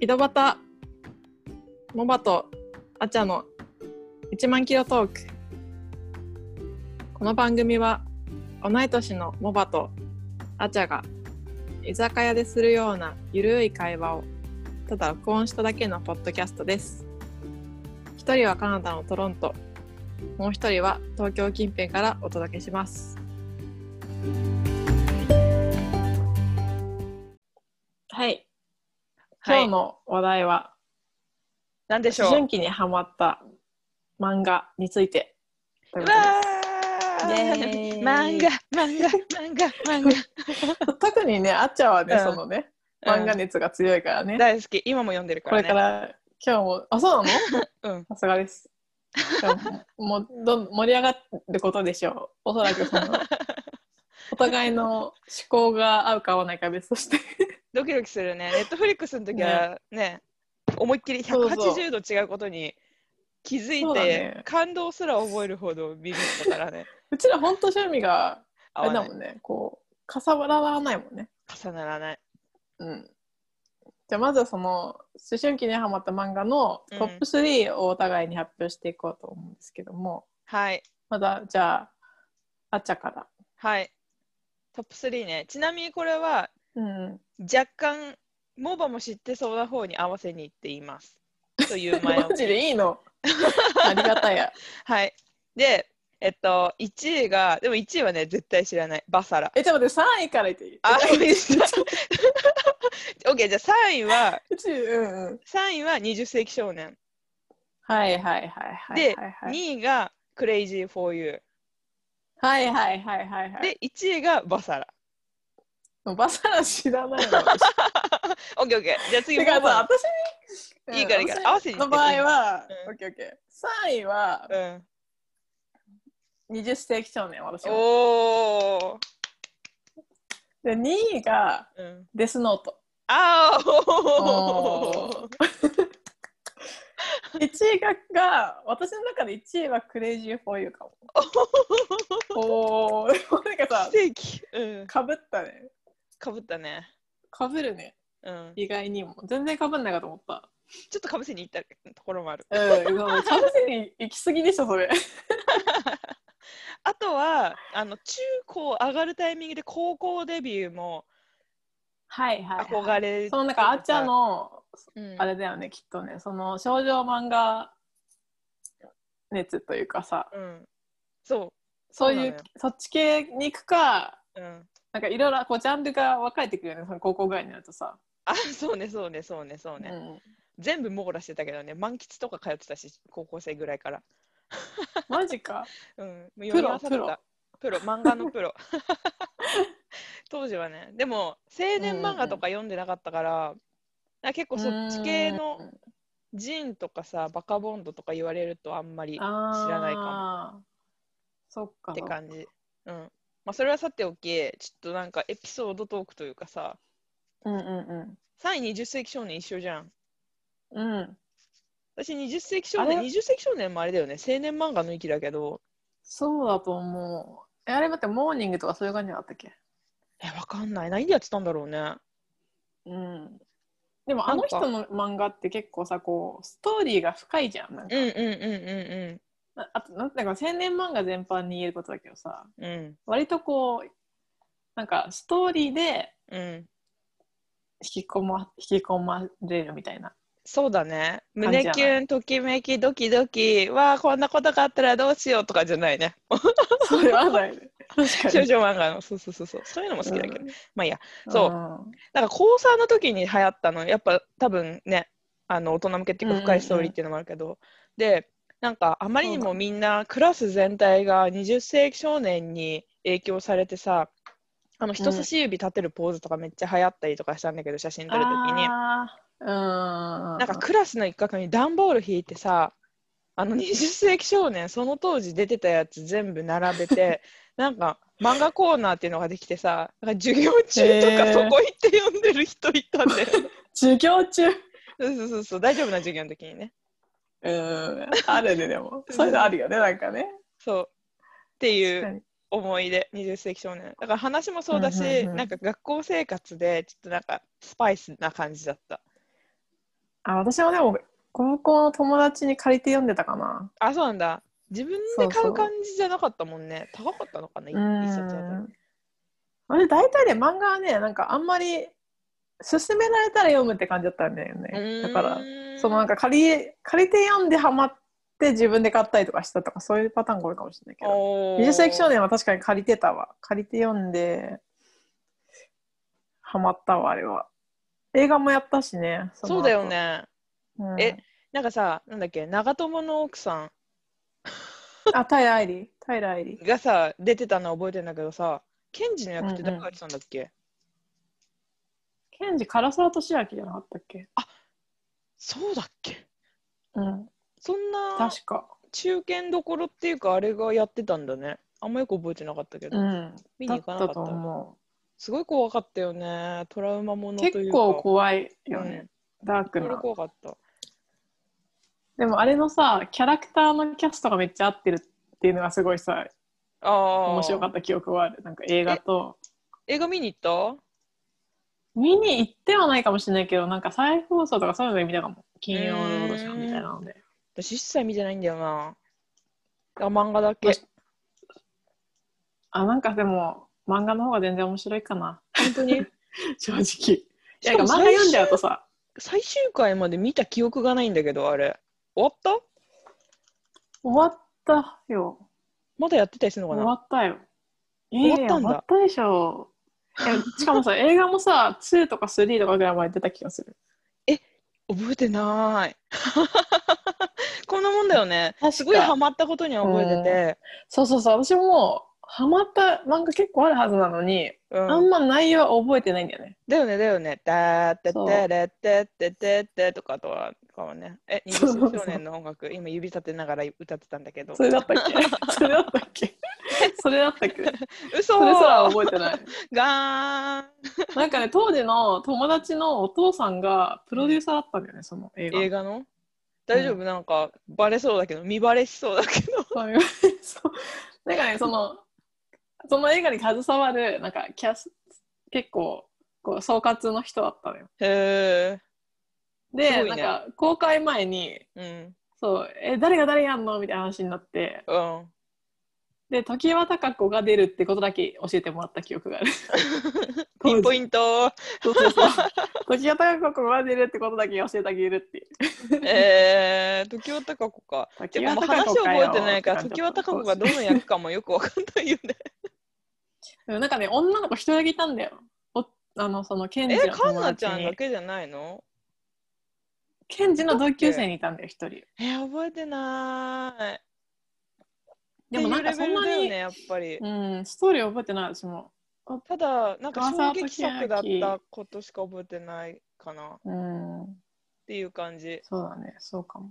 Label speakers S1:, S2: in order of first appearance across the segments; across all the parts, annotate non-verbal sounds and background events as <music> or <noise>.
S1: 井戸端モバとアチャの1万キロトークこの番組は同い年のモバとアチャが居酒屋でするようなゆるい会話をただ録音しただけのポッドキャストです一人はカナダのトロントもう一人は東京近辺からお届けしますはい
S2: は
S1: 今
S2: い
S1: 日の話題は、
S2: なんでしょ
S1: 思
S2: う。
S1: 春期にハマった漫画についてということです。イエーイ
S2: 漫画、漫画、漫画、漫画。
S1: 特にねあっちゃんはね、
S2: うん
S1: そのね <laughs> 漫画熱が強いからね、
S2: 大好き。今も読んでるか
S1: こ
S2: ら
S1: れ
S2: ね。
S1: から今日もあそうなの、
S2: <laughs> うん
S1: さすがです今日ももうどん盛り上がることでしょうおそらくそ
S2: <laughs>
S1: のお互いの思考が合うか合わないかは別として
S2: ドキドキするね。ネットフリックスの時はね、思いっきり
S1: そうそう
S2: 180度違うことに気づ
S1: そうだ
S2: いて、
S1: ね
S2: 感動すら覚えるほど見るったからね。
S1: うちら本当趣味が
S2: 合
S1: <laughs> あれ
S2: わ
S1: だ
S2: ない
S1: もんねこうかさばらないもんね
S2: 重ならない。
S1: うんじゃあまずはその思春期にハマった漫画の
S2: うん
S1: トップ3をお互いに発表していこうと思うんですけども、
S2: はい。
S1: まだじゃああっちゃから、
S2: はい。トップ3ね。ちなみにこれは
S1: うん、
S2: 若干、モバも知ってそうな方に合わせに行っています。という前置
S1: マ
S2: き
S1: ジでいい
S2: <laughs>
S1: のありがたや
S2: はい。で、えっと、1位が、でも1位はね、絶対知らない。バサラ。
S1: えちょっと待って3位から言っていい <laughs>
S2: あ、
S1: え
S2: 一緒。OK、じゃあ3位は、
S1: うちうんうん
S2: 3位は20世紀少年。
S1: はいはいはいはい
S2: で
S1: はいはい
S2: 2位がクレイジー・フォー・ユ
S1: はいはいはいはいは
S2: ー。
S1: い
S2: で、1位がバサラ。
S1: もうバサラ知ら
S2: <laughs>
S1: ないの
S2: OK、OK。じゃあ次
S1: てか
S2: モバ
S1: さ私に
S2: いいからいいから合わせに言
S1: の
S2: って
S1: 場合は、
S2: うん
S1: オッケーオッケー3位は
S2: うん、
S1: 20世紀少年私は
S2: おー。
S1: で2位が
S2: うん、
S1: デスノート
S2: あー
S1: お
S2: おー
S1: 1位がが私の中で1位はクレイジー・フォー・ユーかも。おーでもなんかさ
S2: 奇跡、うん、
S1: かぶったね
S2: かぶったね、
S1: かぶるね
S2: うん、
S1: 意外にも全然かぶんないかと思った
S2: ちょっとかぶせに行ったところもある
S1: うんかぶせに行き過ぎでしょそれ
S2: あとはあの中高上がるタイミングで高校デビューも
S1: はいは
S2: 憧れ
S1: そのなんかあっちゃんの
S2: うん
S1: あれだよねきっとねその少女漫画熱というかさ
S2: うん、そ
S1: そういうそっち系に行くか
S2: う、うん、
S1: なんかいろいろこうジャンルが分かれてくるよねその高校ぐらいになるとさ、
S2: あそうねそうねそうねそうね、
S1: うん
S2: 全部網羅してたけどね満喫とか通ってたし高校生ぐらいから、
S1: マジ
S2: <laughs>
S1: か
S2: うん、もう
S1: プ
S2: 読み
S1: ロ
S2: 漁
S1: プロ
S2: ったプロ漫画のプロ <laughs> 当時はねでも青年漫画とか読んでなかったから、なんか結構そっち系の
S1: うん
S2: ジンとかさバカボンドとか言われるとあんまりっ
S1: 知
S2: らないかも
S1: も。そっか。
S2: て感じうんまあそれはさておきちょっとなんかエピソードトークというかさ
S1: うんうん
S2: 3位20世紀少年一緒じゃん
S1: うん。うん。
S2: 私20世紀少年
S1: あれ
S2: 20世紀少年もあれだよね青年漫画の域だけど
S1: そうだと思う。え、あれ待って、モーニングとかそういう感じだったっけ
S2: えわかんない何でやってたんだろうね
S1: うん。でも
S2: な
S1: あ
S2: ん
S1: の
S2: か
S1: 人の漫画って結構さ、こう、ストーリーが深いじゃん。なんか、
S2: うんうんう
S1: なあと、なんていうのか青年漫画全般に言えることだけどさ、
S2: んうんうん
S1: 割とこう、なんかストーリーで
S2: うん
S1: 引き込ま、引き込まれるみたい
S2: <laughs>
S1: な。
S2: そうだね
S1: じじゃない
S2: 胸キュンときめきドキドキわあこんなことがあったらどうしようとかじゃないね
S1: それはないね。確か
S2: 少
S1: に。
S2: 女漫画のそうそうそうそうそういうのも好きだけど、まあいいやそう
S1: そ
S2: なんか高3の時に流行ったのやっぱ多分ねあの大人向けっていうか深いストーリーっていうのもあるけど、でなんかあまりにもみんなクラス全体が20世紀少年に影響されてさあの人差し指立てるポーズとかめっちゃ流行ったりとかしたんだけど写真撮る時に
S1: あーうん。
S2: なんかクラスの一角に段ボール引いてさあの20世紀少年その当時出てたやつ全部並べ <laughs> てなんか漫画コーナーっていうのができてさなんか授業中と
S1: へー
S2: かそこ行って読んでる人いたんだよね
S1: 授業中
S2: そうそうそうそう大丈夫な授業の時にね。
S1: うんあるねで
S2: <laughs>
S1: もそういうのあるよねなんかね
S2: そうってい
S1: 確か
S2: う
S1: に
S2: 思い出20世紀少年だから話もそうだし、
S1: うんうんうん
S2: なんか学校生活でちょっとなんかスパイスな感じだった
S1: あ、私はでも、高校の友達に借りて読んでたかな。
S2: あ、そうなんだ。自分で買う感じじゃなかったもんね。高かったのかな、い一冊あたり。
S1: あれ、大体ね、漫画はね、なんかあんまり、勧められたら読むって感じだったんだよね。だから、そのなんか借り、借りて読んでハマって自分で買ったりとかしたとか、そういうパターンが多いかもしれないけど。美術的少年は確かに借りてたわ。借りて読んで、ハマったわ、あれは。映画もやったしね。の後
S2: そうだよ。ね。
S1: うん
S2: えなんかさ、なんだっけ、長友の奥さ
S1: あ、平愛理。平愛理
S2: ん。がさ、出てたのは覚えてんだけどさ、ケンジの役って誰がやってたんだっけ、
S1: ケンジ、唐沢俊明じゃなかったっけ
S2: そうだっけ
S1: うん。
S2: そんな
S1: 確か。
S2: 中堅どころっていうか、あれがやってたんだね。あんまよく覚えてなかったけど、
S1: うん。
S2: 見
S1: だ
S2: に
S1: っ
S2: 行か
S1: た
S2: なか
S1: と
S2: った。
S1: 思
S2: すごい怖かったよね。トラウマも
S1: う。
S2: のというか。
S1: 結構怖いよね。ダーク
S2: うん、これ
S1: な。
S2: 怖かった。
S1: でもあれのさ、キャラクターのキャストがめっちゃ合ってるっていうのがすごいさ、
S2: ああ。
S1: 面白かった記憶はある。なんか映画と。
S2: 映画見に行った
S1: 見に行ってはないかもしれないけど、なんか再放送とかそういうので見たかも。金曜ロードショーみたいなので。
S2: 私一切見てないんだよな。あ漫画だけ。
S1: あ、なんかでも、漫画の方が全然面白いかな。 <laughs>
S2: 本当に。
S1: 正直。
S2: し
S1: なん
S2: か
S1: か
S2: も
S1: 漫画
S2: 最
S1: 読んじゃうと
S2: 終
S1: さ、
S2: 最終回まで見た記憶がないんだけど、あれ。終わった
S1: 終わったよ。
S2: まだやってたりするのか
S1: 終
S2: な
S1: わったよ。
S2: 終わったん
S1: い
S2: だ
S1: やいや終わったでしょ。えしか
S2: <laughs>
S1: もさ、映画もさ、2とか3とかぐらいまで出た気がする。
S2: 覚えてない <laughs> こんなもんだよね
S1: 確か
S2: すごいハマったことには覚えてて、
S1: そうそうそう、私もハマった漫画結構あるはずなのに、
S2: うん
S1: あんま内容は覚えてないんだよね。
S2: だよねだよね「だーって
S1: そう
S2: てれってってってって」とかあとはかもねえ二
S1: そうそうそう
S2: 十少年の音楽今指立てながら歌ってたんだけど
S1: それだったっけ <laughs> それだったっけそれだったっけ
S2: 嘘
S1: それすら覚えてない。
S2: ガーン
S1: なんかね、当時の友達のお父さんがプロデューサーだったんだよね、その映画の
S2: 映。画の大丈夫、なんかバレそうだけど見バレしそうだけど
S1: そういう <laughs> そうなんかねそのその映画に携わるなんかキャス結構こう総括の人だったのよ
S2: へ
S1: で、
S2: すごい
S1: なん
S2: ね
S1: か公開前に
S2: えうん
S1: そうえ誰が誰やんのみたいな話になって
S2: うん
S1: で常盤貴子が出るってことだけ教えてもらった記憶があ
S2: <laughs>
S1: る
S2: ピンポイント
S1: そうそうそう常盤貴子が出るってことだけ教えてあげるっていう
S2: えー、時は高子かでももう話覚えてないから、時は高子がど
S1: う
S2: の役かもよくわかんないよね。
S1: なんかね女の子一人だけいたんだよおあのそのケンジ
S2: え、
S1: の
S2: カン
S1: 友
S2: ナち
S1: 達
S2: ゃんだ
S1: に
S2: けじゃないの
S1: ケンジの同級生にいたんだよ一人
S2: え、覚えてない。
S1: でもなんかそんな
S2: っていうレベ
S1: に
S2: ルだよね、やっぱり。
S1: うん、ストーリー覚えてない私も。
S2: ただ、なんか
S1: ガザ
S2: 衝
S1: ー
S2: 撃作だったことしか覚えてないかなっ
S1: うん、
S2: ていう感じ。
S1: そうだね、そうかも。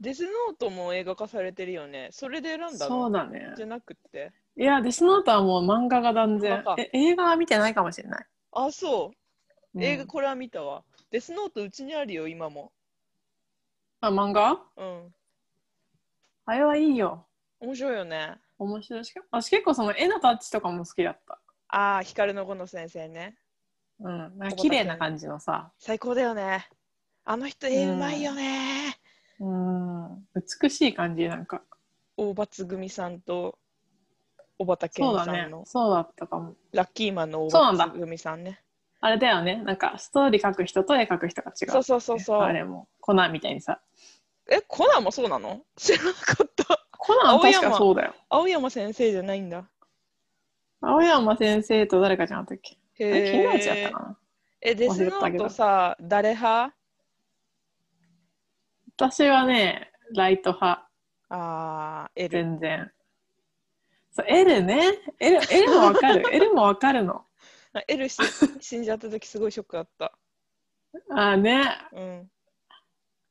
S2: デスノートも映画化されてるよね。それで選んだ
S1: そう
S2: の
S1: だね。
S2: じゃなくて。
S1: いや、デスノートはもう漫画が断然
S2: 漫画か。
S1: え映画は見てないかもしれない。
S2: あ、そう。
S1: うん
S2: 映画、これは見たわ。デスノートうちにあるよ、今も。
S1: あ、漫画
S2: うん。
S1: あれはいいよ。面
S2: 面白いよね。
S1: 白いしか私結構その絵のタッチとかも好きだった。
S2: ああ、光の子の先生ね。
S1: うん、なんか綺麗な感じのさ。
S2: 最高だよね。あの人絵うまいよね。
S1: うん、美しい感じ、なんか。
S2: 大場つぐみさんと小畑健
S1: そうだ
S2: さ
S1: ね
S2: んの、、
S1: そうだったかも。
S2: ラッキーマンの
S1: そうな
S2: 大
S1: んだ
S2: 場つぐみさんね。
S1: あれだよね、なんかストーリー書く人と絵書く人が違う。
S2: そうそうそうそう。
S1: あれも、コナンみたいにさ。
S2: え、コナンもそうなの知らなかった。
S1: コナン
S2: 青
S1: 確
S2: 山
S1: かそうだよ。
S2: 青山先生じゃないんだ。
S1: 青山先生と誰かじゃなかったっけあれ金田一だった
S2: へ
S1: か
S2: ー
S1: な
S2: え、デスノートさ、誰派
S1: 私はねライト派
S2: あー、エル。
S1: 全然そう L ね L, L もわか
S2: <laughs>
S1: る L もわかるの
S2: あエル
S1: <laughs>
S2: し死んじゃった時すごいショックだった。
S1: ああね
S2: うん。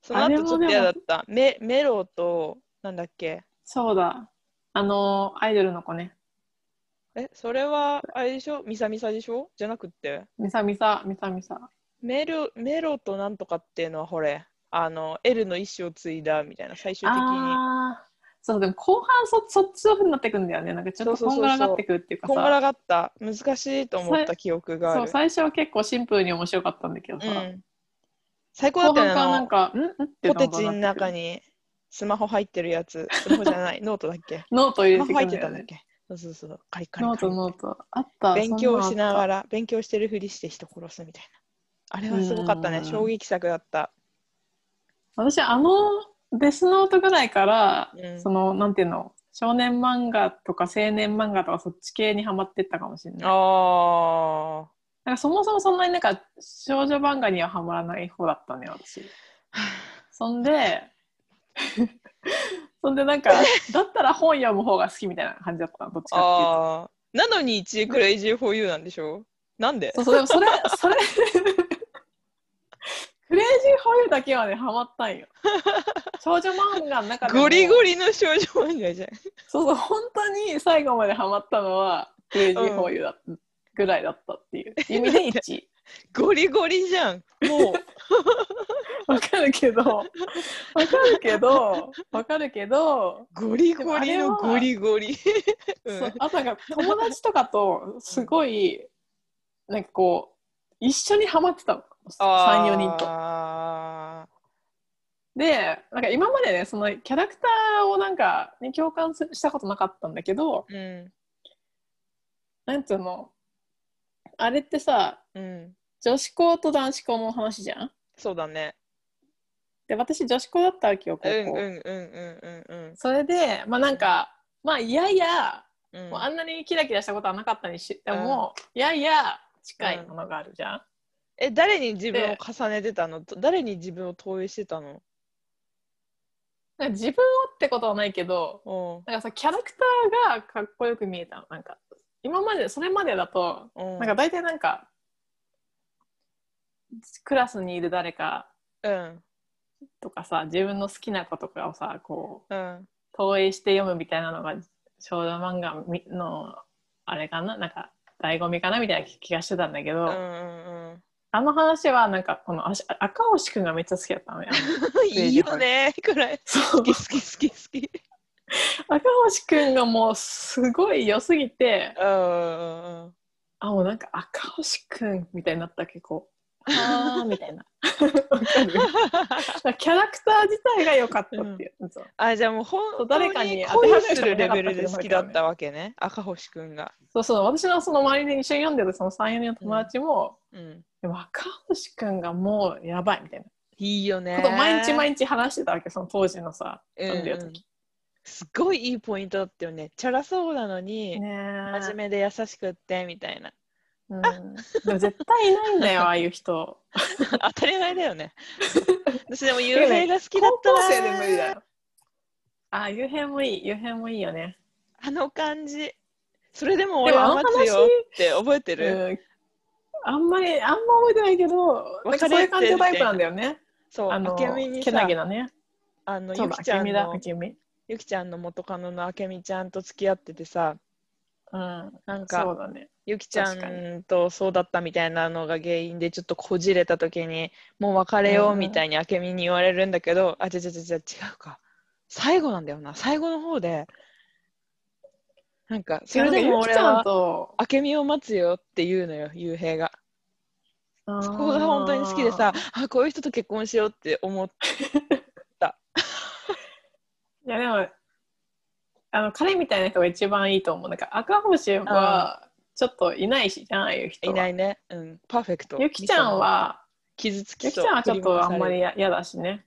S2: その後ちょっと嫌だった。メメロと、なんだっけ。
S1: そうだあのーアイドルの子ね
S2: え、それは、あれでしょミサミサでしょじゃなくって。
S1: みさみさみさみさ
S2: メロメロとなんとかっていうのはほれあの L の意思を継いだみたいな最終的に
S1: あーそうでも後半そそっちのふうになってくんだよねなんかちょっと
S2: そう
S1: こ
S2: そうんそうそう
S1: がらがってくっていうか
S2: こんがら
S1: さ
S2: がった難しいと思っ
S1: さ
S2: た記憶があ
S1: そう
S2: る
S1: 最初は結構シンプルに面白かったんだけどさ、
S2: うん最高だ
S1: 後
S2: ったよ
S1: 半
S2: ね
S1: から
S2: あ
S1: な
S2: の
S1: んか、んんって
S2: ポテチの中
S1: に。
S2: にスマホ入ってるやつスマホじゃな
S1: <laughs>
S2: いノートだっけ
S1: ノート入
S2: ス
S1: れ
S2: マ
S1: て
S2: ホ
S1: くるん
S2: 入って
S1: だ
S2: た
S1: よ
S2: んだっ
S1: ね。
S2: けそうそうそうカリカリ
S1: ノー
S2: カ
S1: ト、
S2: リ
S1: ノート。あった。
S2: 勉強しな
S1: ら。
S2: がら勉強してるふりして一殺すみたいなあれはすごかった
S1: う
S2: ね
S1: ん
S2: 衝撃作だった
S1: 私、あの、デスノートぐらいから、
S2: うん
S1: その、なんていうの、少年漫画とか青年漫画とかそっち系にはまってったかもしれない。
S2: ああ
S1: なんかそもそもそんなになんか少女漫画にはハマらない方だったね
S2: <laughs>
S1: 私。そんでそんでなんかだったら本読む方が好きみたいな感じだったのどっちかっ
S2: あーなのに1位クレイジーフォーユーなんでしょなんで
S1: ていうと。そうそれそれそれクレイジーホイールだけはねハマったんよ。少女漫画の中でも
S2: ゴリゴリの少女漫画じゃん
S1: そうそう本当に最後までハマったのはクレイジーホイールだ、ぐらいだったっていう意味で1位。
S2: ゴリゴリじゃんもう
S1: わかるけど、わかるけど、わかるけど、
S2: ゴリゴリのゴリゴリうん
S1: そうあとなんか友達とかとすごい、なんかこう、一緒にハマってたの。3、4人と。
S2: あ
S1: で、なんか今までね、そのキャラクターをなんか、ね、共感すしたことなかったんだけど、
S2: ー
S1: なんつうの、あれってさ、
S2: うんうん
S1: 女子校と男子校の話じゃん
S2: そうだね
S1: で、私女子校だったわけよ、
S2: う
S1: 高校。
S2: んうんうんうんうん
S1: それで、まあなんか、まあいやいや、
S2: うんうん
S1: もうあんなにキラキラしたことはなかったにしても、いやいや近いものがあるじゃん、
S2: え誰に自分を重ねてたのと誰に自分を投影してたの
S1: なんか自分をってことはないけど
S2: う
S1: なんかさキャラクターがかっこよく見えたのなんか今までそれまでだと
S2: んうん
S1: なんか大体なんかクラスにいる誰か
S2: うん
S1: とかさ自分の好きな子とかをさこう
S2: うん
S1: 投影して読むみたいなのが少女漫画みのあれかななんか醍醐味かなみたいな気がしてたんだけど、
S2: うんうんうん
S1: あの話はなんかこのあし赤星くんがめっちゃ好きだった
S2: <laughs>
S1: のよ。
S2: いいよねくらい
S1: そう
S2: 好き好き好き好き
S1: 赤星くんがもうすごい良すぎて
S2: うんうんうん
S1: あもうなんか赤星くんみたいになった結構あーみたいな <laughs> わかるキャラクター自体が良かったっていう、そう
S2: あじゃあもう本
S1: そう
S2: 当
S1: 誰か
S2: に
S1: に
S2: 恋するレベルで好きだったわけね赤星くんが、
S1: そうそう私のその周りで一緒に読んでるその34人の友達も、
S2: うん、
S1: でも赤星くんがもうやばいみたい
S2: いいよね
S1: なことを毎日毎日話してたわけその当時のさ読んでる
S2: うんうん
S1: 時、
S2: すごいいいポイントだったよねチャラそうなのに、
S1: ねえ
S2: 真面目で優しくってみたいな <laughs>
S1: うん、でも絶対いないんだよああいう人
S2: 当たり前だ
S1: <laughs>
S2: よね私でも幽霊が好きだった
S1: 高
S2: な
S1: 校生で無理だよああ幽閉もいい幽閉もいいよね
S2: あの感じそれでも俺
S1: でもあ
S2: は
S1: の
S2: 待つよ
S1: 話
S2: って覚えてる、
S1: うんあんまりあんま覚えてないけどなんかそういう感じのタイプなんだよね
S2: そう
S1: あ
S2: あ
S1: の
S2: けみに
S1: けな
S2: さ
S1: げなね
S2: あの
S1: そう
S2: ゆ
S1: だ
S2: きち
S1: あ
S2: ゃ
S1: けみ
S2: ん
S1: だ
S2: の
S1: あけみ
S2: ゆきちゃんの元カノのあけみちゃんと付き合っててさ
S1: うん
S2: なんか
S1: そうだね
S2: ゆきちゃ
S1: 確か
S2: んとそうだったみたいなのが原因でちょっとこじれた時にもう別れようみたいにあけみに言われるんだけど、あ違う違う違う違うか最後なんだよな最後の方でなんかそれでも俺
S1: なんかゆきちゃん
S2: は
S1: と
S2: あけみを待つよって言うのよゆうへいが
S1: そ
S2: そこが本当に好きでさあこういう人と結婚しようって思って
S1: いやでもあの彼みたいな人が一番いいと思うなんか赤星はちょっといないしじゃんああいう人
S2: いないいねうんパーフェクト
S1: ゆきちゃんは
S2: 傷つき
S1: ゆきち
S2: そう
S1: ゃんはちょっとあんま
S2: 振回され
S1: り
S2: る
S1: や嫌だしね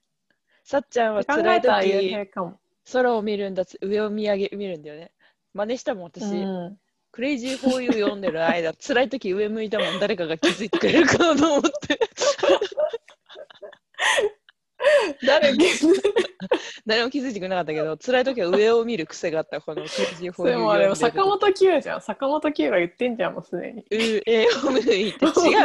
S2: さっちゃんは
S1: 考
S2: 辛い
S1: えたら幽
S2: 時
S1: 閉かも、
S2: 空を見るんだつ上を見上げ見るんだよね真似したもん私、
S1: うん、
S2: クレイジーフォーユー読んでる間 <laughs> 辛い時上向いたもん誰かが気づいてくれるかなと思って
S1: 誰
S2: 誰も気づいてくれなかったけど辛い時は上を見る癖があったこのクレイジーフ
S1: そ
S2: ォーユ
S1: れ
S2: ー
S1: もあれ
S2: 読んで
S1: も
S2: る
S1: 坂本九じゃん坂本九が言ってんじゃんもうすでに
S2: 上を向いて違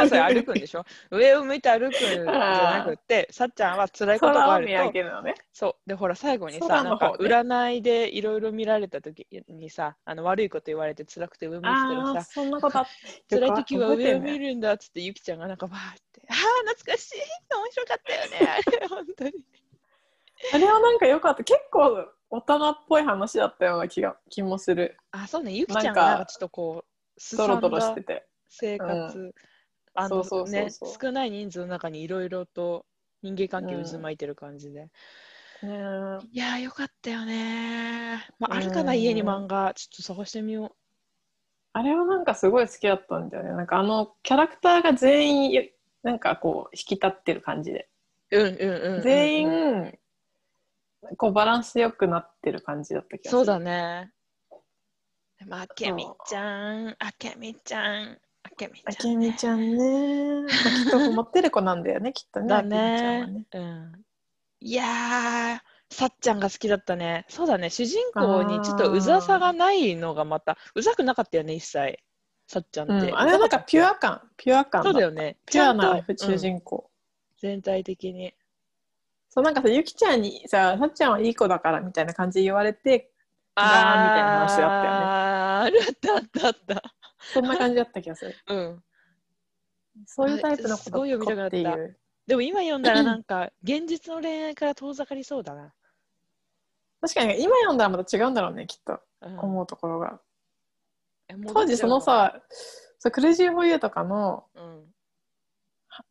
S2: うそれ歩くんでしょ上を向いて歩くんじゃなくてさっちゃんは辛いことが
S1: 空
S2: あ
S1: を
S2: る
S1: 見上
S2: と
S1: げるのね
S2: そうでほら最後にさ、
S1: 空
S2: な
S1: の
S2: んか
S1: 方ね
S2: 占いでいろいろ見られた時にさあの悪いこと言われて辛くて上向いてた
S1: あ
S2: ら
S1: あ
S2: さ
S1: そんなことあ
S2: <laughs>
S1: った
S2: 辛い時は上を見
S1: る
S2: るんだっつってゆきちゃんがなんかわーってああ懐かしい面白かったよねあれ本当に
S1: あれはなんか良かった結構大人っぽい話だったような気が気もする
S2: あそうねゆきちゃ
S1: な
S2: んが
S1: んか
S2: なんかちょっとこうす
S1: ド
S2: さ
S1: ロ
S2: ん
S1: ドロし
S2: だ
S1: てて
S2: 生活、あの
S1: そうそうそうそう
S2: ね少ない人数の中にいろいろと人間関
S1: う
S2: 係
S1: ん
S2: 渦巻いてる感じで、
S1: ねえ
S2: いやーよかったよねー、まあ、あるかな、
S1: うん
S2: 家に漫画ちょっと探してみよ
S1: あれはなんかすごい好きだったんだよね。なんかあのキャラクターが全員、なんかこう引き立ってる感じで。
S2: ううんうんうん
S1: 全員、こうバランスよくなってる感じだった気がする。
S2: そうだねでもあけみちゃんあけみちゃんあけみ
S1: あ
S2: ちゃ
S1: け
S2: ん
S1: みちゃんね。まあきっと持ってる子なんだよ
S2: <laughs>
S1: ね、きっとね。
S2: だ
S1: あけみちゃんは
S2: ね。うん、いやーさっちゃんが好きだったねそうだね主人公にちょっとうざさがないのがまたうざくなかったよね一切さっちゃん
S1: う
S2: って、
S1: ん、あれはなんかピュア感、ピュア感
S2: そうだ
S1: よ。
S2: よね
S1: ピュアな
S2: ちゃんと
S1: 主人公。
S2: 全体的に
S1: そうなんかさゆきちゃんにささっちゃんはいい子だからみたいな感じで言われて
S2: あ
S1: だーみたいな話
S2: あーあるあったあったあった
S1: そんな感じだった気がす
S2: <laughs>
S1: る
S2: うん、
S1: そういうタイプの子
S2: すごい読みたくな
S1: だ
S2: った
S1: っていう
S2: でも今読んだらなんか現実の恋愛から遠ざかりそうだな、
S1: 確かに今読んだらまた違うんだろうねきっと
S2: うん
S1: 思うところが、
S2: え戻っ
S1: 当時その
S2: ちゃ
S1: さそうクレイジー・ホイールとかの
S2: うの、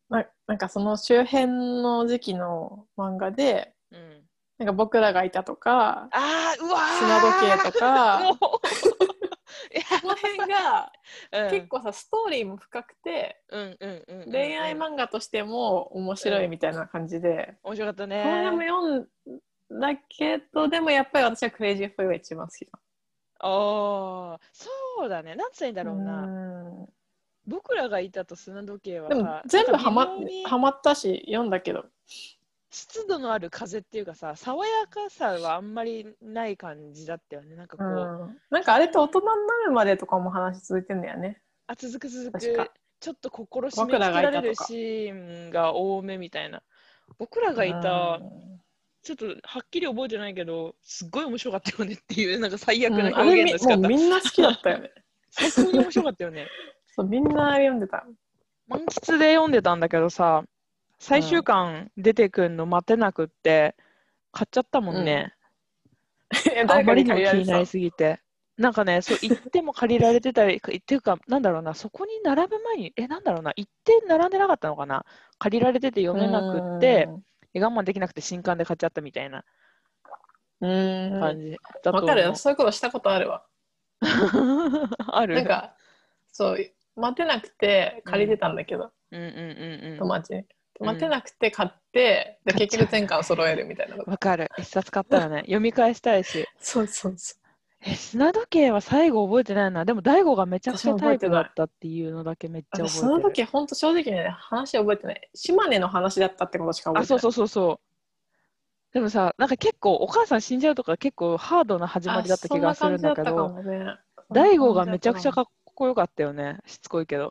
S1: ななんかその周辺の時期の漫画で
S2: うんうん、
S1: なんか僕らがいたと
S2: <laughs>
S1: か
S2: あーうわー
S1: 砂時計とかこ
S2: も
S1: の辺が
S2: ううん
S1: 結構さストーリーも深くて
S2: うんうんうんうん
S1: 恋愛漫画としても面白いみたいな感じで、
S2: 面白かった
S1: これも
S2: ね
S1: 読んだけどでもやっぱり私はクレイジーフォイが一番好きだ
S2: おーそうだねなんつうんだろうな、僕らがいたと砂時計は
S1: で
S2: さ
S1: も全部ハマ
S2: なんか微妙に
S1: ハマったし読んだけど
S2: 湿度のある風っていうかさ爽やかさはあんまりない感じだったよねなんか
S1: う
S2: こう、
S1: んなんかあれって大人になるまでとかも話続いてんだよね
S2: あ続く続く
S1: 確か
S2: ちょっと心締め
S1: 僕らがいた
S2: 付けら
S1: とか
S2: れるシーンが多めみたいな僕らがいた
S1: うん
S2: ちょっとはっきり覚えてないけどすっごい面白かったよねっていうなんか最悪
S1: うん
S2: な
S1: あ
S2: 表
S1: れ
S2: 現
S1: み
S2: の仕
S1: も
S2: 方、
S1: うみんな好きだったよね <laughs>
S2: 最高に面白かったよね
S1: そうみんなあれ読んで
S2: <laughs>
S1: た
S2: 満喫で読んでたんだけどさ最終巻出てくんの待てなくって買っちゃったもんね、あまりにも気になりすぎてなんかねそう行っても借りられてたり <laughs> っていうかなんだろうなそこに並ぶ前にえなんだろうな行って並んでなかったのかな借りられてて読めなくって、え我慢できなくて新刊で買っちゃったみたいな
S1: うんうん
S2: 感じだと思
S1: わ
S2: う。
S1: かるよそういうことしたことあるわ
S2: <laughs> ある <laughs>
S1: なんかそう待てなくて借りてたんだけど、
S2: うんうんうんうん。
S1: 友達に
S2: うん
S1: 待てなくて買って、
S2: 買
S1: で
S2: っ
S1: 結
S2: ちゃう
S1: 局全巻揃えるみたいな
S2: <laughs>
S1: こと
S2: わかる。一冊買ったらね、読み返したいし。
S1: そうそうそ
S2: え、砂時計は最後覚えてないな。でも大悟がめちゃくち
S1: 私
S2: ゃ
S1: も
S2: タ
S1: 覚
S2: イ
S1: えて
S2: プ
S1: ない
S2: だったっていうのだけめっちゃ
S1: う
S2: 覚えてる。
S1: その時ほんと正直ね話覚えてない島根の話だったってことしか覚
S2: あ、
S1: えて
S2: そ
S1: な
S2: う
S1: い
S2: そうそうそう。でもさ、なんか結構お母さん死んじゃうとか結構ハードな始まりだった気がするんだけど、大悟がめち
S1: <laughs>
S2: ゃくちゃか
S1: っ
S2: っこよかったよね。しつこいけど。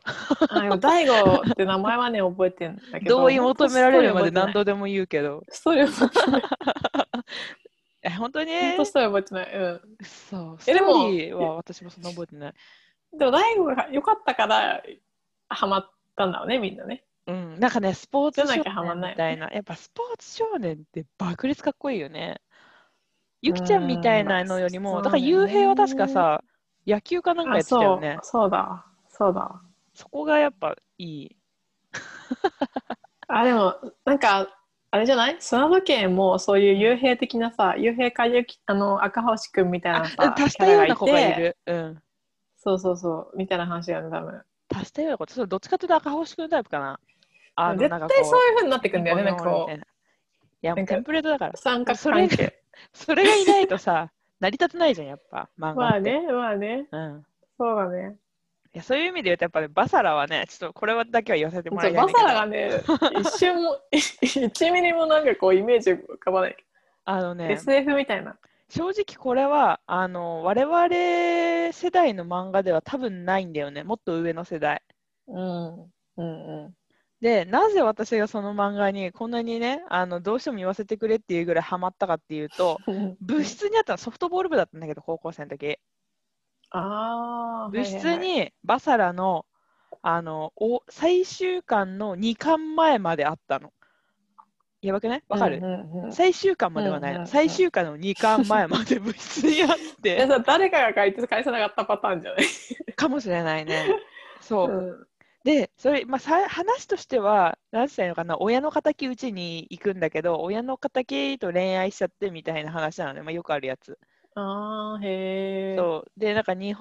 S1: こいい大悟って名前はね覚えてんだけど
S2: 同意求められるまで何
S1: 度
S2: 度でも言うけど。
S1: ストーリー覚えてない
S2: <laughs> え、本当に
S1: ほんとストーリー覚えてないうん
S2: そう。
S1: え
S2: ス
S1: で
S2: ト
S1: も
S2: ーリーは私もそんな覚えてない。
S1: でも大悟が良かったからハマったんだろうねみんなね
S2: うん、なんかね、スポー
S1: じ
S2: ツ
S1: ゃ
S2: 少
S1: な
S2: 年
S1: きゃハマんない
S2: みたいな、やっぱスポーツ少年って爆裂かっこいいよね。ゆきちゃんみたいなのより
S1: う
S2: も、
S1: ん
S2: だから、
S1: そうだよ
S2: ゆ
S1: ね
S2: うへいは確かさ、野球かなんかや
S1: あ
S2: ってた
S1: そ
S2: よ
S1: う
S2: ね。
S1: そうだそうだ
S2: そこがやっぱいい。
S1: あでもなんかあれじゃない砂時計もそういう幽閉的なさ幽閉かゆきあの赤星くんみたいなさ
S2: あ、足したような子
S1: キャラ
S2: が
S1: がい
S2: い
S1: て
S2: る。うん。
S1: そうそうそうみたいな話だよね多分
S2: 足したような子、ちょっとどっちかというと赤星君タイプかな。あの、
S1: 絶
S2: なんか
S1: 対
S2: こう、
S1: そういうふうになってくんだよね
S2: ニ
S1: な
S2: コ
S1: んか
S2: ニコみ
S1: こ
S2: たいうな。いや、も
S1: な
S2: うん
S1: か
S2: テンプレートだから。
S1: 三角
S2: それ
S1: 関
S2: が
S1: 係
S2: それがいないとさ、成り立たないじゃん、やっぱ、漫画って。
S1: まあ。ねまあね
S2: うん。
S1: そうだね
S2: いやそういう意味で言うと、やっぱね、バサラはね、ちょっとこれはだけは言わせてもら
S1: そう
S2: いたいん
S1: バ
S2: だけ
S1: サ
S2: ど
S1: ラがね一瞬も1ミリもなんかこうイメージ浮かばない、
S2: あのね、
S1: SF みたいな
S2: 正直これはあの我々世代の漫画では多分ないんだよねもっと上の世代
S1: うんうん <laughs> うん
S2: でなぜ私がその漫画にこんなにねあのどうしても言わせてくれっていうぐらいハマったかっていう
S1: <laughs>
S2: と部室にあったのソフトボール部だったんだけど高校生の時
S1: ああ
S2: 部室にバサラのあのお最終巻の2巻前まであったのやばくないわか
S1: う
S2: る、
S1: んうんうん
S2: 最終巻まではない
S1: う
S2: の、
S1: んうんうん
S2: 最終巻の2巻前まで部室にあっ
S1: え
S2: て
S1: さ誰かが書いて返さなかったパターンじゃない、
S2: <laughs> かもしれないねそう、
S1: うん
S2: でそれ、まあ、さ話としては何歳のかな親の敵うちに行くんだけど親の敵と恋愛しちゃってみたいな話なので、まあ、よくあるやつ。
S1: あーへえ。
S2: そうでなんか日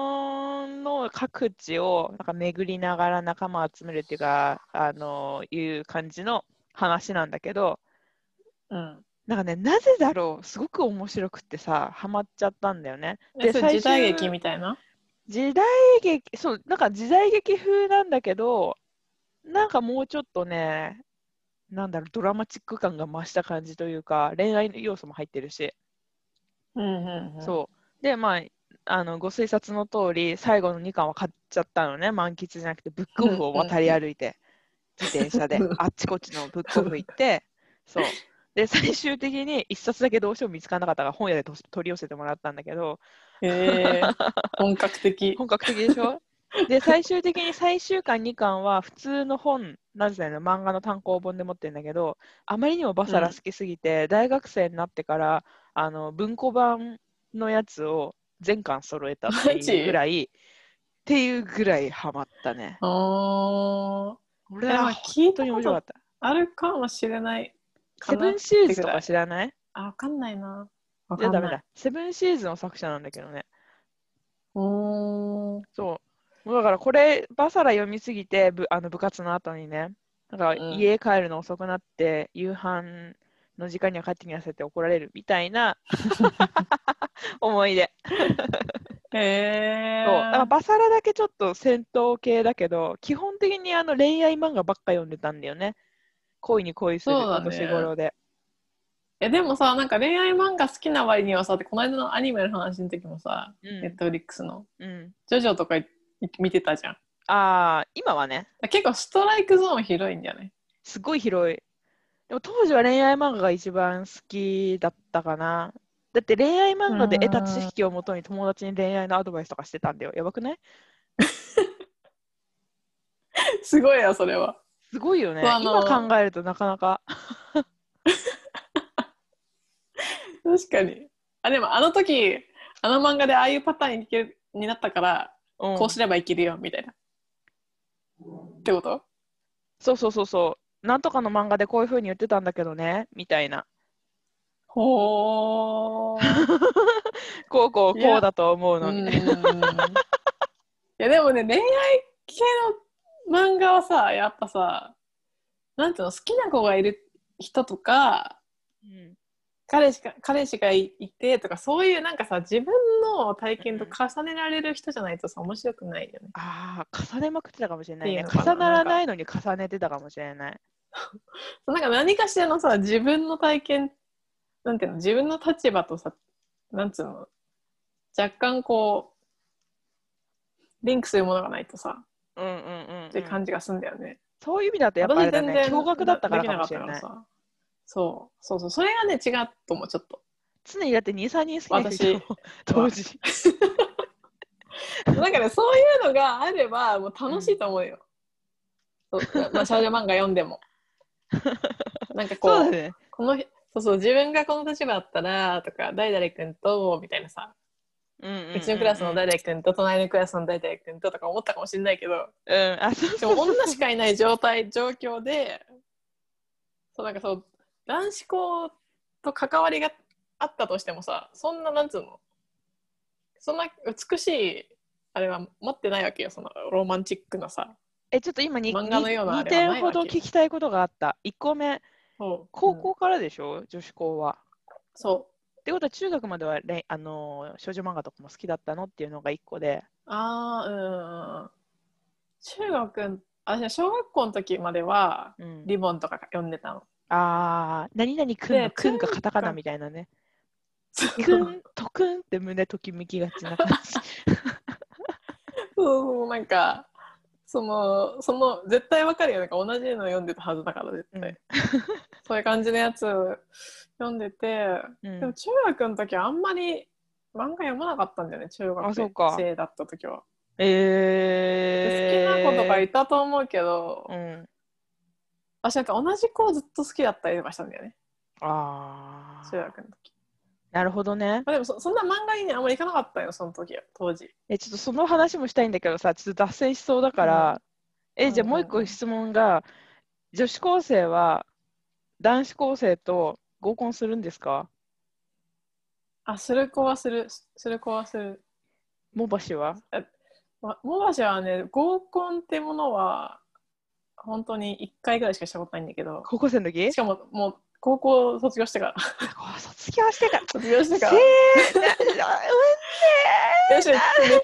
S2: 本の各地をなんか巡りながら仲間を集めるっていうかあのいう感じの話なんだけど
S1: うん。
S2: なんかねなぜだろうすごく面白くってさハマっちゃったんだよね。
S1: え、それ時代
S2: 最
S1: 劇
S2: 終
S1: みたいな
S2: 時代劇そうなんか時代劇風なんだけどなんかもうちょっとねなんだろうドラマチック感が増した感じというか恋愛の要素も入ってるし、
S1: うんうんうん。
S2: そうでまああのご推察の通り最後の2巻は買っちゃったのね満喫じゃなくてブックオフを渡り歩いて自転
S1: <laughs>
S2: 車であっちこっちのブックオフ行ってそうで最終的に1冊だけどうしても見つからなかったから本屋でと取り寄せてもらったんだけど
S1: へえ。 <laughs> 本格的。
S2: <laughs> 本格的でしょで最終的に最終巻2巻は普通の本なぜの漫画の単行本で持ってるんだけどあまりにもバサラ好きすぎて、大学生になってからあの文庫版のやつを全巻揃えたって
S1: マジ
S2: いうぐらいっていうぐらいハマったね
S1: あ
S2: 俺
S1: ー。でも
S2: は
S1: 聞い
S2: 本当
S1: た
S2: に
S1: こ
S2: 面白かっ
S1: と
S2: た
S1: あるかもしれないか
S2: セ
S1: な
S2: ブンシーズとか知らない
S1: あ、わかんないな。わ
S2: い
S1: か
S2: や
S1: ん
S2: ダメ
S1: ない
S2: だ。セブンシーズの作者なんだけどね
S1: おー
S2: そう。もうだからこれ、バサラ読みすぎて、ぶあの部活の後にね、だから
S1: うん
S2: 家帰るの遅くなって、夕飯の時間には帰ってきなさいって怒られるみた
S1: <laughs>
S2: いな思い出。
S1: へ
S2: そ
S1: え。
S2: う。だからバサラだけちょっと戦闘系だけど、基本的にあの恋愛漫画ばっか読んでたんだよね。恋に恋する
S1: そうだ
S2: お
S1: ね
S2: 年頃で。
S1: えでもさなんか恋愛漫画好きな割にはさこの間のアニメの話の時もさ、ネットフリックスの
S2: うん。うん。
S1: 「ジョジョ」とかい見てたじゃんだか
S2: ああ、今はね、
S1: ら結構ストライクゾーン広いんだよね
S2: すごい広い。でも当時は恋愛漫画が一番好きだったかな。だって恋愛漫画で得た知識をもとに友達に恋愛のアドバイスとかしてたんだよ。やばくない
S1: <laughs> すごいなそれは
S2: すごいよね。
S1: そうあの
S2: 今考えるとなかなか。
S1: 確かにあでもあの時あの漫画でああいうパターンにいけるになったから、
S2: うん
S1: こうすればいけるよみたいなってこと
S2: そうそうそうそう。なんとかの漫画でこういう風に言ってたんだけどね。みたいな。
S1: ほー
S2: こうこう
S1: いや
S2: こうだと思うの
S1: う
S2: に。
S1: <laughs> んいやでもね恋愛系の漫画はさやっぱさなんていうの好きな子がいる人とか
S2: うん
S1: 彼氏が彼氏がいいてとかそういうなんかさ自分の体験と重ねられる人じゃないとさ面白くないよね。
S2: ああ、重ねまくってたかもしれない
S1: ってい
S2: ね
S1: う。のかな
S2: 重ならないのに重ねてたかもしれない。
S1: なんか何かしらのさ自分の体験なんていうの自分の立場とさなんつうの若干こうリンクするものがないとさ
S2: うんうんうんうん、
S1: って感じがすんだよね。
S2: そういう意味だとやっぱあれだね。驚愕だったから
S1: できな
S2: かも
S1: か
S2: しれない。
S1: さそうそうそうそれがね違うと思うちょっと
S2: 常にだって23人好きな人いたもん <laughs> 当時
S1: なんかねそういうのがあればもう楽しいと思うよ、そうまあ少女漫画読んで
S2: <laughs>
S1: もなんかこ
S2: そう
S1: う
S2: だね
S1: この日そうそう自分がこの立場だったらとか誰々君とみたいなさ、
S2: うんうんうん
S1: うちのクラスの誰々君と隣のクラスの誰々君ととか思ったかもしれないけど
S2: うんあそう
S1: で
S2: そう
S1: も女しかいない状態状況でそうなんかそう男子校と関わりがあったとしてもさそんななんつうのそんな美しいあれは持ってないわけよそのロマンチックなさ
S2: えちょっと今に
S1: 漫画のようなあ
S2: 2
S1: れはないわ
S2: 点
S1: け
S2: ほど聞きたいことがあった1個目
S1: そう
S2: 高
S1: うん
S2: 校からでしょ、女子校は
S1: そう
S2: ってことは中学まではれんあのー少女漫画とかも好きだったのっていうのが1個で
S1: ああうんうんうん中学あじゃあ小学校の時までは
S2: うん
S1: リボンとか読んで <laughs> たの
S2: あー何々くんの
S1: で
S2: くんが
S1: くん
S2: カタカナみたいなね
S1: そう
S2: くんとくんって胸ときめきがちな感
S1: <laughs>
S2: じ
S1: そうなんかそのその絶対わかるよなんか同じの読んでたはずだから絶対、
S2: うん
S1: そういう感じのやつ読んでて、
S2: うん
S1: でも中学の時あんまり漫画読まなかったんだよね中
S2: あそう
S1: 学
S2: か
S1: 生だった時は、
S2: え
S1: で
S2: ー、
S1: 好きな子とかいたと思うけど、
S2: うん
S1: 私なんか同じ子ずっと好きだったりとかしたんだよね
S2: あ
S1: 中
S2: あ
S1: 学の時
S2: なるほどね
S1: まあでもそそんな漫画にねあんまりいかなかったよその時は当時
S2: え、ちょっとその話もしたいんだけどさ、ちょっと脱線しそうだから、え、じゃあ
S3: うん
S2: もう一個質問が、女子高生は男子高生と合コンするんですか
S1: あ、する子はする、すする子はする。
S2: モバシは
S1: まモバシはね、合コンってものは、本当に1回ぐらいしかしたことないんだけど、
S2: 高校生の時
S1: しかも、もう高校卒業して
S2: <laughs>
S1: から、
S2: あ卒業してから。
S1: 卒業してか
S2: せ
S1: ら、
S2: ーな
S1: 私めっちゃね、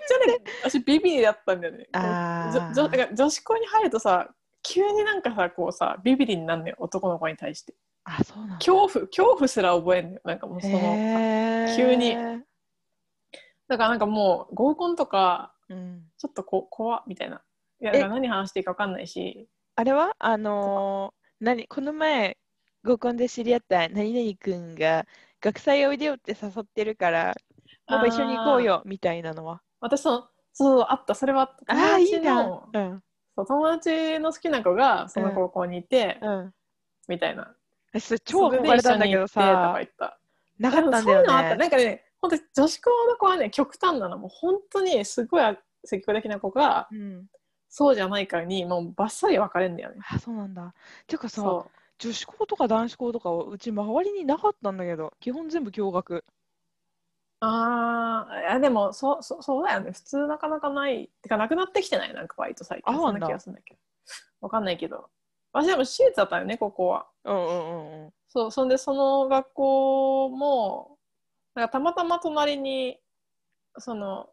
S1: 私ビビリだったんだよね。
S2: あー
S1: 女女だから女子校に入るとさ、急になんかさ、こうさ、ビビリになんのよ、男の子に対して。
S2: あ、そうなんだ。
S1: 恐怖、恐怖すら覚えんのよ、なんかもうその。
S2: へー
S1: 急にだからなんかもう合コンとか
S2: うん
S1: ちょっとこ怖っみたいな。いや
S2: え
S1: だから何話していいか分かんないし。
S2: あれはあのー、何この前合コンで知り合った何々くんが学祭おいでよって誘ってるからパパ一緒に行こう
S1: あー。
S2: よみたいなのは
S1: 私そのそうそうあったそれはあった
S2: あ
S1: 友
S2: あいい
S1: 達
S2: な
S1: の
S2: うん
S1: そう友達の好きな子がその高校にいて、
S2: うん
S1: みたいな。
S2: 私それ超
S1: それで
S2: 憧れたんだけどさ
S1: 一緒に行ってとか
S2: な
S1: 言
S2: か
S1: った。で
S2: ったんだ
S1: もそうい
S2: よ
S1: うのあった。
S2: ね
S1: なんかね本当に女子校の子はね極端なのもう本当にすごい積極的な子が
S2: うん
S1: そうじゃないかにもうバッサリ分かれんだよね。
S2: あそうなんだていうかさ
S1: そう
S2: 女子校とか男子校とかうち周りになかったんだけど基本全部共学
S1: あーいやでもそうそうそうだよね普通なかなかないてかなくなってきてないなんかバイト最近
S2: あ
S1: そん
S2: なんだ
S1: な気がするんだけどわかんないけど私でも私立だったよねここは
S2: うんうんうんうん
S1: そうそんでその学校もなんかたまたま隣にその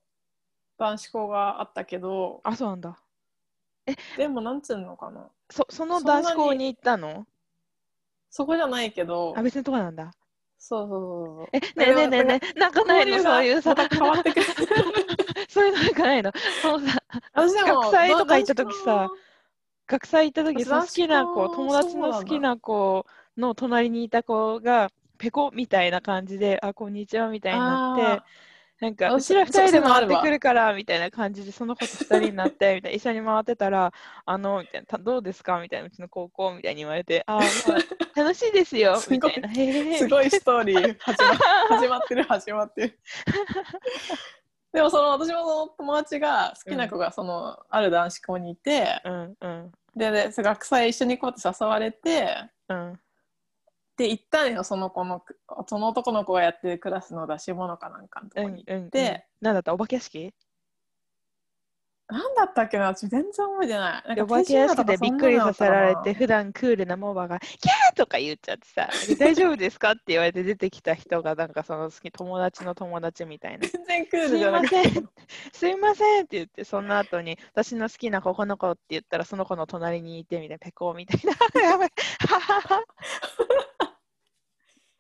S1: 男子校があったけど
S2: あそうなんだ
S1: でもなんつうのかな
S2: そその
S1: そんな
S2: 男
S1: に
S2: 子校に行ったの
S1: そこじゃないけど
S2: あ別のとこなんだ
S1: そうそうそうそう
S2: えねえねえねえねえなんかないのそういうさ
S1: 交流が変わって
S2: <laughs>
S1: くる
S2: そういうのなんかないのそのさ
S1: 私でも
S2: 学祭とか行った時さ
S1: 男子校
S2: 学祭行った時その好きな子
S1: 男子校
S2: 友達の好きな子の隣にいた子がペコみたいな感じで「あこんにちは」みたいにな
S1: あ
S2: って
S1: ー
S2: なんか
S1: あ
S2: うちら二人
S1: そ
S2: で
S1: そういうのあ
S2: 回っ
S1: る
S2: て
S1: わ
S2: くるからみたいな感じでその子と二人になってみたいな一緒に回ってたら「あの」みたいなた「どうですか?」みたいなうちの高校みたいに言われて「あー、まあ
S1: <laughs>
S2: 楽しいですよ」
S1: すごい
S2: みたいな「へえ
S1: すごいストーリー始
S2: <laughs>
S1: ま始まってる始まってるでもその私もその友達が好きな子がその、ある男子校にいて
S2: うんうん
S1: ででその学祭一緒に行こうって誘われて
S2: うん
S1: で行ったのよその子のその男の子がやってるクラスの出し物かなんかのと
S2: う
S1: こ
S2: ん
S1: に、
S2: うん
S1: で
S2: 何だったお化け屋敷
S1: なんだったっけな私全然覚えてない
S2: で
S1: な
S2: お
S1: んか
S2: 化け屋敷でびっくりさせられて
S1: て
S2: 普段クールなモバが「キャー!」とか言っちゃってさ「大丈夫ですか?」って言われて出てきた人がなんかその好き友達の友達みたいな
S1: 全然ク
S2: 「
S1: ー
S2: す
S1: ルじ
S2: い
S1: ゃな
S2: ま
S1: く
S2: せ
S1: て
S2: んすいません」って言ってその後に「私の好きな子この子」って言ったらその子の隣にいてみたいなペコみたいなやばいははは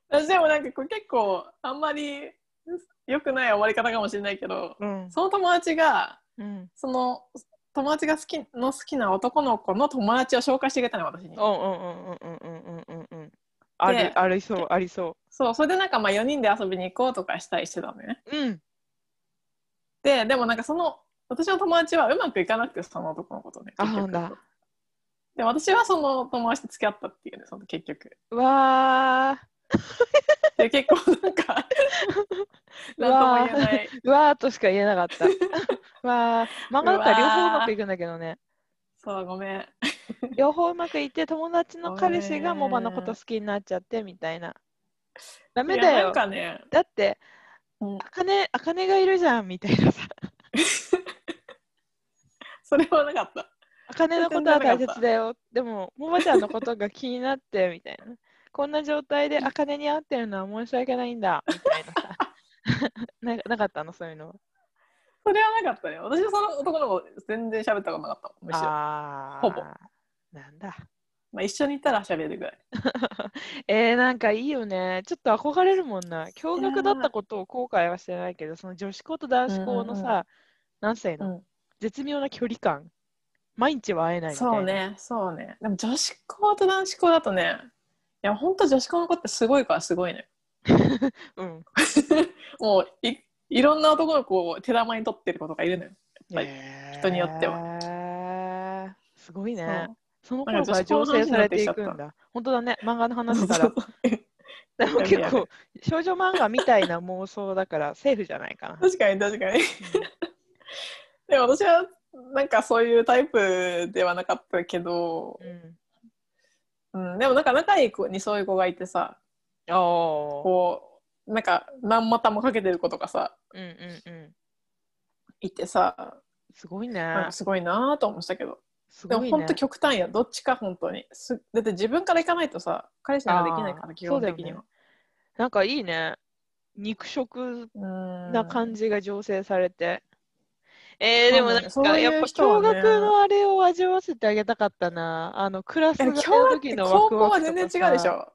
S1: 私でもなんかこれ結構あんまり良くない終わり方かもしれないけど
S2: うん
S1: その友達が
S2: うん
S1: その友達が好きの好きな男の子の友達を紹介してくれたの私に
S2: うんうんうんうんうんうんうんうんうんあ
S1: で
S2: るありそうありそ
S1: そうそれでなんかまあ4人で遊びに行こうとかしたりしてたのね
S2: ううん
S1: ででもなんかその私の友達はうまくいかなくてその男の子とね
S2: あ
S1: 結局
S2: なんだ
S1: で私はその友達と付き合ったっていうねその結局
S2: わー <laughs>
S1: で結構なんか
S2: う
S1: なん
S2: わ
S1: とも言え
S2: ー
S1: ない
S2: わーとしか言えなかった。わー。漫画だったら両方うまくいくんだけどね。
S1: そうごめん
S2: 両方うまくいって友達の彼氏
S1: ご
S2: が
S1: めん
S2: モバのこと好きになっちゃってみたいな。ダメ
S1: い
S2: だ
S1: やな
S2: よ
S1: ん。かね
S2: だって、
S1: うん
S2: あかね、あかねがいるじゃんみたいなさ。
S1: それはなかった
S2: あかねのことは大切だよ。でも、モバちゃんのことが気になってみたいな。こんな状態であかねに会ってるのは申し訳ないんだみたいなさ。 <laughs> ななかったのそういうのは。
S1: それはなかったね私はその男の子全然喋ったことなかったもんむしろ
S2: ああ。
S1: ほぼ。
S2: なんだ。
S1: まあ、一緒にいたら喋るぐらい
S2: えー、なんかいいよね。ちょっと憧れるもんな。共学だっ
S1: いや
S2: た
S1: ー
S2: ことを後悔はしてないけど、その女子校と男子校の
S1: うんうんう
S2: さ、何歳の、
S1: うん
S2: 絶妙な距離感。毎日は会えないみたいな。
S1: そう。ねそうねでも女子校と男子校だとねいや本当女子校の子ってすごいからすごいね
S2: うん。
S1: <laughs> もういいろんな男の子を手玉に取ってる子とかいるのよ、ぱり
S2: えー
S1: 人によって
S2: は。すごいね。
S1: そうな
S2: その頃
S1: ん
S2: か
S1: から女子校の
S2: 醸成
S1: 話に
S2: さ
S1: な
S2: れ
S1: って
S2: て
S1: きち
S2: い
S1: ゃった
S2: くんだ。本当だね。漫画の話
S1: そう
S2: か
S1: <laughs> そ
S2: ら
S1: う。そう
S2: でも
S1: や
S2: 結
S1: べや
S2: <laughs> 構、少女漫画みたいな妄想だから、セーフじゃないかな。
S1: 確かに確かにでも私はなんかそういうタイプではなかったけど、
S2: うん、
S1: うん、でもなんか仲いい子にそういう子がいてさ
S2: ああ。
S1: こうなんか何股もかけてる子とかさ
S2: うんうんうん。
S1: いてさ
S2: すごい
S1: なん
S2: ね
S1: か。すごいなと思ってたけど、
S2: す
S1: で
S2: ご
S1: も
S2: い
S1: 本
S2: ね
S1: 当。極端やどっちか本当にすだって自分から行かないとさ彼氏なんかできないか
S2: あー
S1: ら基本的には
S2: なんかいいね。肉食
S1: う,、ん
S2: な感じが醸成されて。えー、でもなん
S1: そうだ
S2: か、
S1: ねそういう
S2: やっぱ
S1: 人は
S2: 驚
S1: ね
S2: 愕のあれを味わわせてあげたかったな。あの、クラス
S1: え
S2: の
S1: 共学っ
S2: 時
S1: て
S2: の
S1: 高
S2: ワク
S1: 校
S2: ワ
S1: は
S2: クとかさ
S1: 全然違うでし。ょ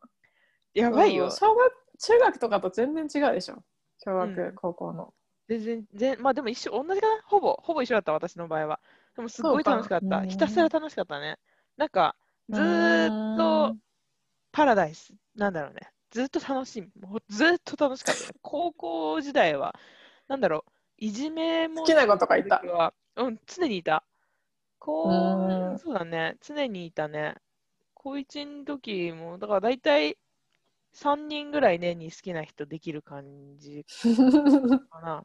S2: やばいよ。
S1: そう小学中学とかと全然違うでしょ小学、
S2: うん
S1: 高校の
S2: 全然、全まあでも一緒、同じかなほぼ、ほぼ一緒だった、私の場合は。でもすご
S1: そう
S2: い
S1: か
S2: 楽しかった。ひたすら楽しかったね。なんか、ずーっ
S1: う
S2: と
S1: ん
S2: パラダイス、なんだろうね。ずーっと楽しみ。もうずーっと楽しか
S1: <laughs>
S2: ったね。高校時代は、なんだろう、いじめも
S1: 好きな子とかいた
S2: 時はうん、常にいた。こ
S1: う
S2: う、
S1: ん
S2: そうだね、常にいたね。高一の時も、だから大体3人ぐらい年に好きな人できる感じかな。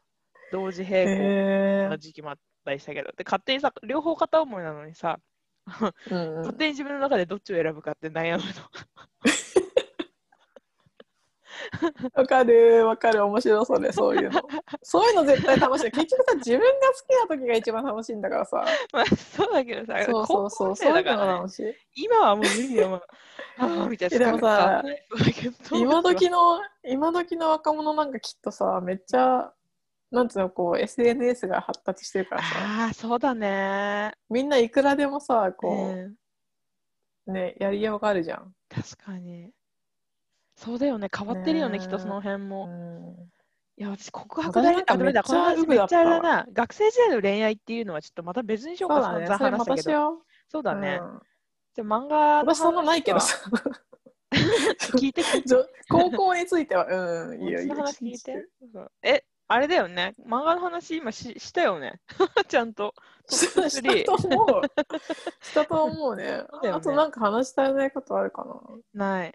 S2: 同時並行
S1: へ
S2: な時期もあったりしたけど、で勝手にさ、両方片思いなのにさ、
S1: えうんうん
S2: 勝 <laughs> 手に自分の中でどっちを選ぶかって悩むの。 <laughs>
S1: わかるわかる面白そうねそう
S2: <laughs>
S1: いうのそういうの絶対楽しい結局さ自分が好きな時が一番楽しいんだからさ
S2: まあ、そうだけどさ、
S1: そうそうそう
S2: 高校
S1: そう
S2: 生
S1: い
S2: だ
S1: う
S2: か
S1: のが
S2: らね
S1: 楽しい
S2: 今はもう無理だよ、
S1: <laughs>
S2: もう。ああ、みたいな。
S1: えでもさ
S2: そうだけど、
S1: 今時の今時の若者なんかきっとさめっちゃなんつうのこう SNS が発達してるからさ
S2: ああ、そうだね。
S1: みんないくらでもさこ
S2: うん
S1: う、ねやりようがあるじゃん、
S2: 確かに。そうだよね、変わってるよね、
S1: ね
S2: きっとその辺
S1: う
S2: も。
S1: ん、
S2: いや、私、告白だ
S1: 私な
S2: ね
S1: ん。か
S2: あ、ダメ
S1: めっ
S2: だ、こ
S1: ちゃ
S2: の話
S1: ウ
S2: め
S1: ブだ
S2: っ
S1: っ
S2: ち
S1: た
S2: ゃあ
S1: わ
S2: れだな。学生時代の恋愛っていうのは、ちょっとまた別にしよう
S1: そう
S2: か、
S1: だね
S2: 散々
S1: それ
S2: 話し
S1: ま
S2: た
S1: た
S2: け
S1: し
S2: ど。
S1: よう
S2: そうだね
S1: う。ん
S2: じゃあ漫画の
S1: 私そんなないけどさ
S2: 話は聞い
S1: <laughs>
S2: て聞いて
S1: じょ高校についてはうんいいよいい
S2: 私
S1: よ
S2: の話聞いてそうえあれだよね漫画の話今ししたよね <laughs> ちゃんと
S1: したしたと思
S2: <laughs>
S1: う。したと思うね
S2: そうだ。よね
S1: あとなんか話したいないことあるかな。
S2: ない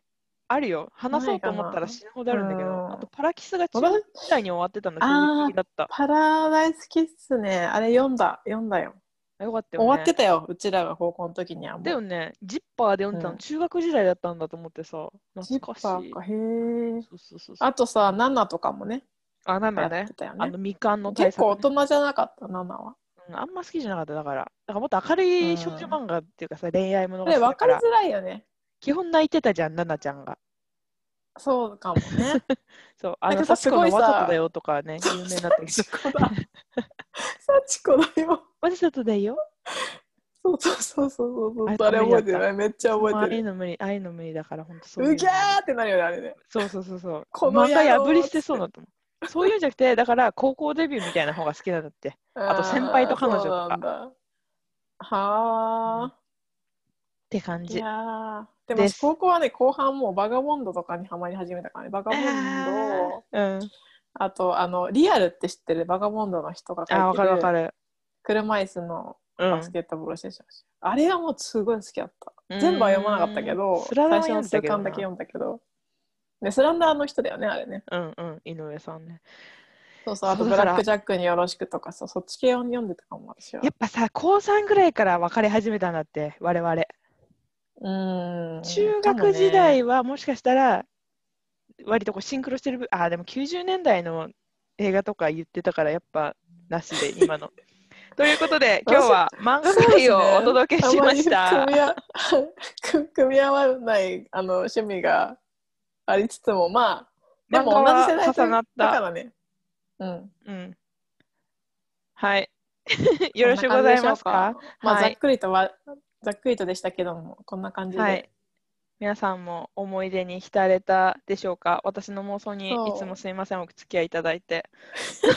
S2: あるよ話そうと思ったら死ぬほどあるんだけ
S1: う
S2: ど
S1: ん
S2: あとパラキスが中
S1: 私
S2: 学時代に終わってたの
S1: あー
S2: 衝撃的だった
S1: パラダイスキッスね、あれ読んだ、読んだよ。
S2: あよかったよ、ね、
S1: 終わってたよ、うちらが高校の時にはもう。
S2: だよねジッパーで読んでたの、
S1: うん
S2: 中学時代だったんだと思ってさ
S1: ジッ
S2: 懐かしい
S1: パーか、へえ。
S2: そうそうそうそう
S1: あとさ、ナナとかもね、
S2: あなん
S1: や
S2: だ
S1: っ
S2: ね
S1: てたよ
S2: あ
S1: ね。
S2: のみかんの対
S1: 結
S2: 策ね、
S1: 構大人じゃなかった、ナナは。
S2: うんあんま好きじゃなかっただからだからもっと明るい少女漫画っていうかさ、恋愛もの
S1: あ
S2: が好
S1: れ、
S2: きだ
S1: 分
S2: か
S1: かり
S2: ら
S1: づらいよね。
S2: 基本泣いてたじゃん、ナナちゃんが。
S1: そうかもね。
S2: <laughs> そう、あ
S1: なん
S2: の、
S1: か
S2: サ
S1: さ
S2: チコのわ
S1: すごいさ
S2: ざとだよとかね、有名になったけど、
S1: 幸子だ。幸子だよ。
S2: わざとだよ。
S1: そうそうそうそうそう
S2: あ
S1: そう
S2: れ。
S1: あれ覚えてない。めっちゃ覚
S2: まああ
S1: え
S2: あい
S1: て
S2: う
S1: る。
S2: の無理、ああいうの無理だから、ほんとそういうの。
S1: うぎゃーってなるよね、あれね。
S2: そうそうそうそう。
S1: この野
S2: 漫
S1: 郎
S2: 画破りしてそうだと思う。そういうんじゃなくて、だから高校デビューみたいな方が好きなんだって。あと先輩と彼女とか
S1: あーそうなんだはあ、
S2: って感
S1: い
S2: じ。
S1: や
S2: あ
S1: ーで
S2: で
S1: も
S2: す
S1: 高校はね後半もうバガボンドとかにはまり始めたからねバガボンド
S2: ーうん。
S1: あとあのリアルって知ってるバガボンドの人が
S2: あー、わ
S1: 書いて
S2: かるわか
S1: る
S2: る。
S1: 車椅子の
S2: う
S1: バス
S2: ん。
S1: ケットボール選手、あれはもうすごい好きだった全部は読まなかったけ
S2: うーん
S1: ど
S2: ス
S1: 最
S2: ラダン
S1: 初の
S2: 読んだ
S1: 数
S2: けど
S1: 巻
S2: な
S1: だけ読んだけどでスランダーの人だよねあれね
S2: うんうん、井上さんね。
S1: そうそうあと
S2: そう
S1: ブ
S2: だから
S1: ラックジャックによろしくとかさそっち系を読んでたかも私は
S2: やっぱさ、高3ぐらいから別れ始めたんだって、我々。
S1: うーん
S2: 中
S1: かもね
S2: 学時代はもしかしたら割とこうシンクロしてる部あーでも90年代の映画とか言ってたからやっぱなし
S1: <laughs>
S2: で今の。ということで今日は漫画会をお届けしました。
S1: あまり組み合 <laughs> 組組み合わないあの趣味がありつつもまあでも同
S2: 漫画は
S1: じ世代と
S2: 重なった
S1: だからね。うん、
S2: うん、
S1: <laughs>
S2: はい。よろしゅうございますか
S1: こんな感じでしょうまあ、
S2: は
S1: ざ
S2: い
S1: っくりとはざっくりとでしたけどもこんな感じで、
S2: はい。皆さんも思い出に浸れたでしょうか私の妄想にい
S1: そう
S2: つもすいませんお付き合いいただいて。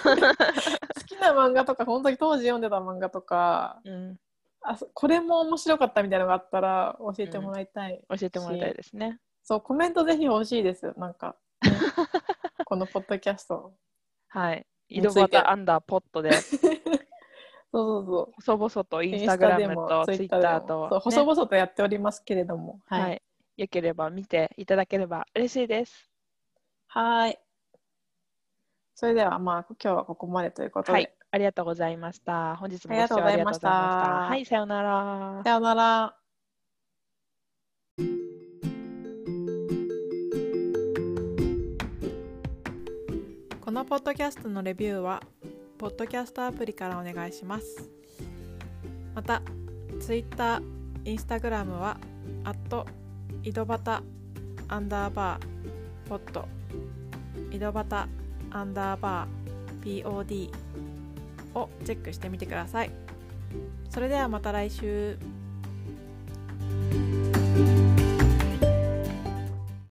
S1: 好きな漫画とか本当に当時読んでた漫画とか
S2: うん
S1: あそこれも面白かったみたいなのがあったら教えてもらいたい、
S2: 教えてもらいたいですね。
S1: そうコメントぜひ欲しいですなん <laughs> か、ねこのポッドキャスト
S2: はい。井
S1: につい
S2: 戸
S1: て
S2: 端アンダーポットで
S1: そうそうそう
S2: 細々と <laughs> イン
S1: イ
S2: ス
S1: ン
S2: タ
S1: ス
S2: グ
S1: タ
S2: ラ
S1: で
S2: ム
S1: も
S2: とツ
S1: ツ
S2: イ
S1: イ
S2: ッ
S1: ッ
S2: タ
S1: タ
S2: ー
S1: ー
S2: と
S1: と、そう細
S2: ね
S1: 々とやっておりますけれどもはい
S2: はい、よければ見ていただければ嬉しいです。
S1: はいそれではまあ今日はここまでということで、
S2: はい、あありがとうございました。本日も
S4: ありがとうございました
S2: ご視聴ありがとうございましたはい、さようなら。
S4: さよなら。
S1: このポッドキャストのレビューはポッドキャストアプリからお願いしますまた Twitter、Instagram はアット井戸端アンダーバーポッド井戸端アンダーバー POD をチェックしてみてくださいそれではまた来週